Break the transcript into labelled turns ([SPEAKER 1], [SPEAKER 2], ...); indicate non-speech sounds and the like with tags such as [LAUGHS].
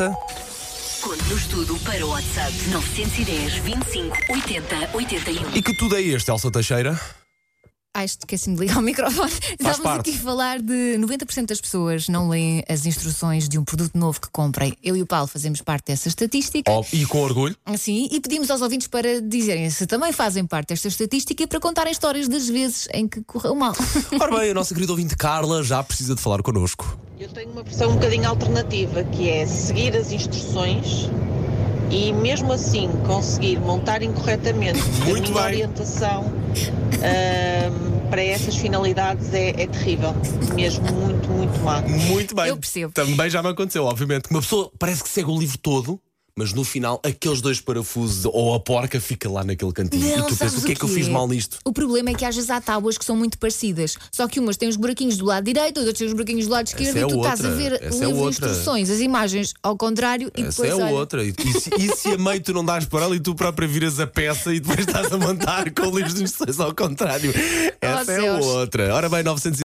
[SPEAKER 1] Está
[SPEAKER 2] Conte-nos tudo para o WhatsApp 910 25 80 81.
[SPEAKER 1] E que tudo é este, Elsa Teixeira?
[SPEAKER 3] Ai, esqueci-me de ligar o microfone. Estávamos
[SPEAKER 1] parte.
[SPEAKER 3] aqui a falar de 90% das pessoas não leem as instruções de um produto novo que comprem. Eu e o Paulo fazemos parte dessa estatística.
[SPEAKER 1] Ó, e com orgulho.
[SPEAKER 3] Sim, e pedimos aos ouvintes para dizerem se também fazem parte desta estatística e para contarem histórias das vezes em que correu
[SPEAKER 1] [LAUGHS]
[SPEAKER 3] mal.
[SPEAKER 1] Ora bem, a nossa querida ouvinte Carla já precisa de falar connosco.
[SPEAKER 4] Eu tenho uma versão um bocadinho alternativa, que é seguir as instruções e mesmo assim conseguir montar incorretamente porque
[SPEAKER 1] Muito
[SPEAKER 4] a minha
[SPEAKER 1] bem.
[SPEAKER 4] orientação ahm, para essas finalidades é, é terrível. Mesmo muito, muito má.
[SPEAKER 1] Muito bem.
[SPEAKER 3] Eu percebo.
[SPEAKER 1] Também já me aconteceu, obviamente. que Uma pessoa parece que segue o livro todo, mas no final aqueles dois parafusos ou a porca fica lá naquele cantinho. e tu
[SPEAKER 3] sabes
[SPEAKER 1] pensas, o que é que eu fiz mal nisto?
[SPEAKER 3] O problema é que às vezes há tábuas que são muito parecidas, só que umas têm os buraquinhos do lado direito, outras têm os buraquinhos do lado esquerdo,
[SPEAKER 1] é
[SPEAKER 3] e tu estás a
[SPEAKER 1] outra,
[SPEAKER 3] ver
[SPEAKER 1] essa é
[SPEAKER 3] o livro de
[SPEAKER 1] outra.
[SPEAKER 3] instruções, as imagens ao contrário, e
[SPEAKER 1] Essa
[SPEAKER 3] depois
[SPEAKER 1] é
[SPEAKER 3] olha,
[SPEAKER 1] outra. E, e se, e se a meio tu não dás por ela e tu própria viras a peça
[SPEAKER 3] Oh,
[SPEAKER 1] e depois estás a montar com livros de instruções ao contrário? Essa é
[SPEAKER 3] céus.
[SPEAKER 1] outra. Ora bem, 900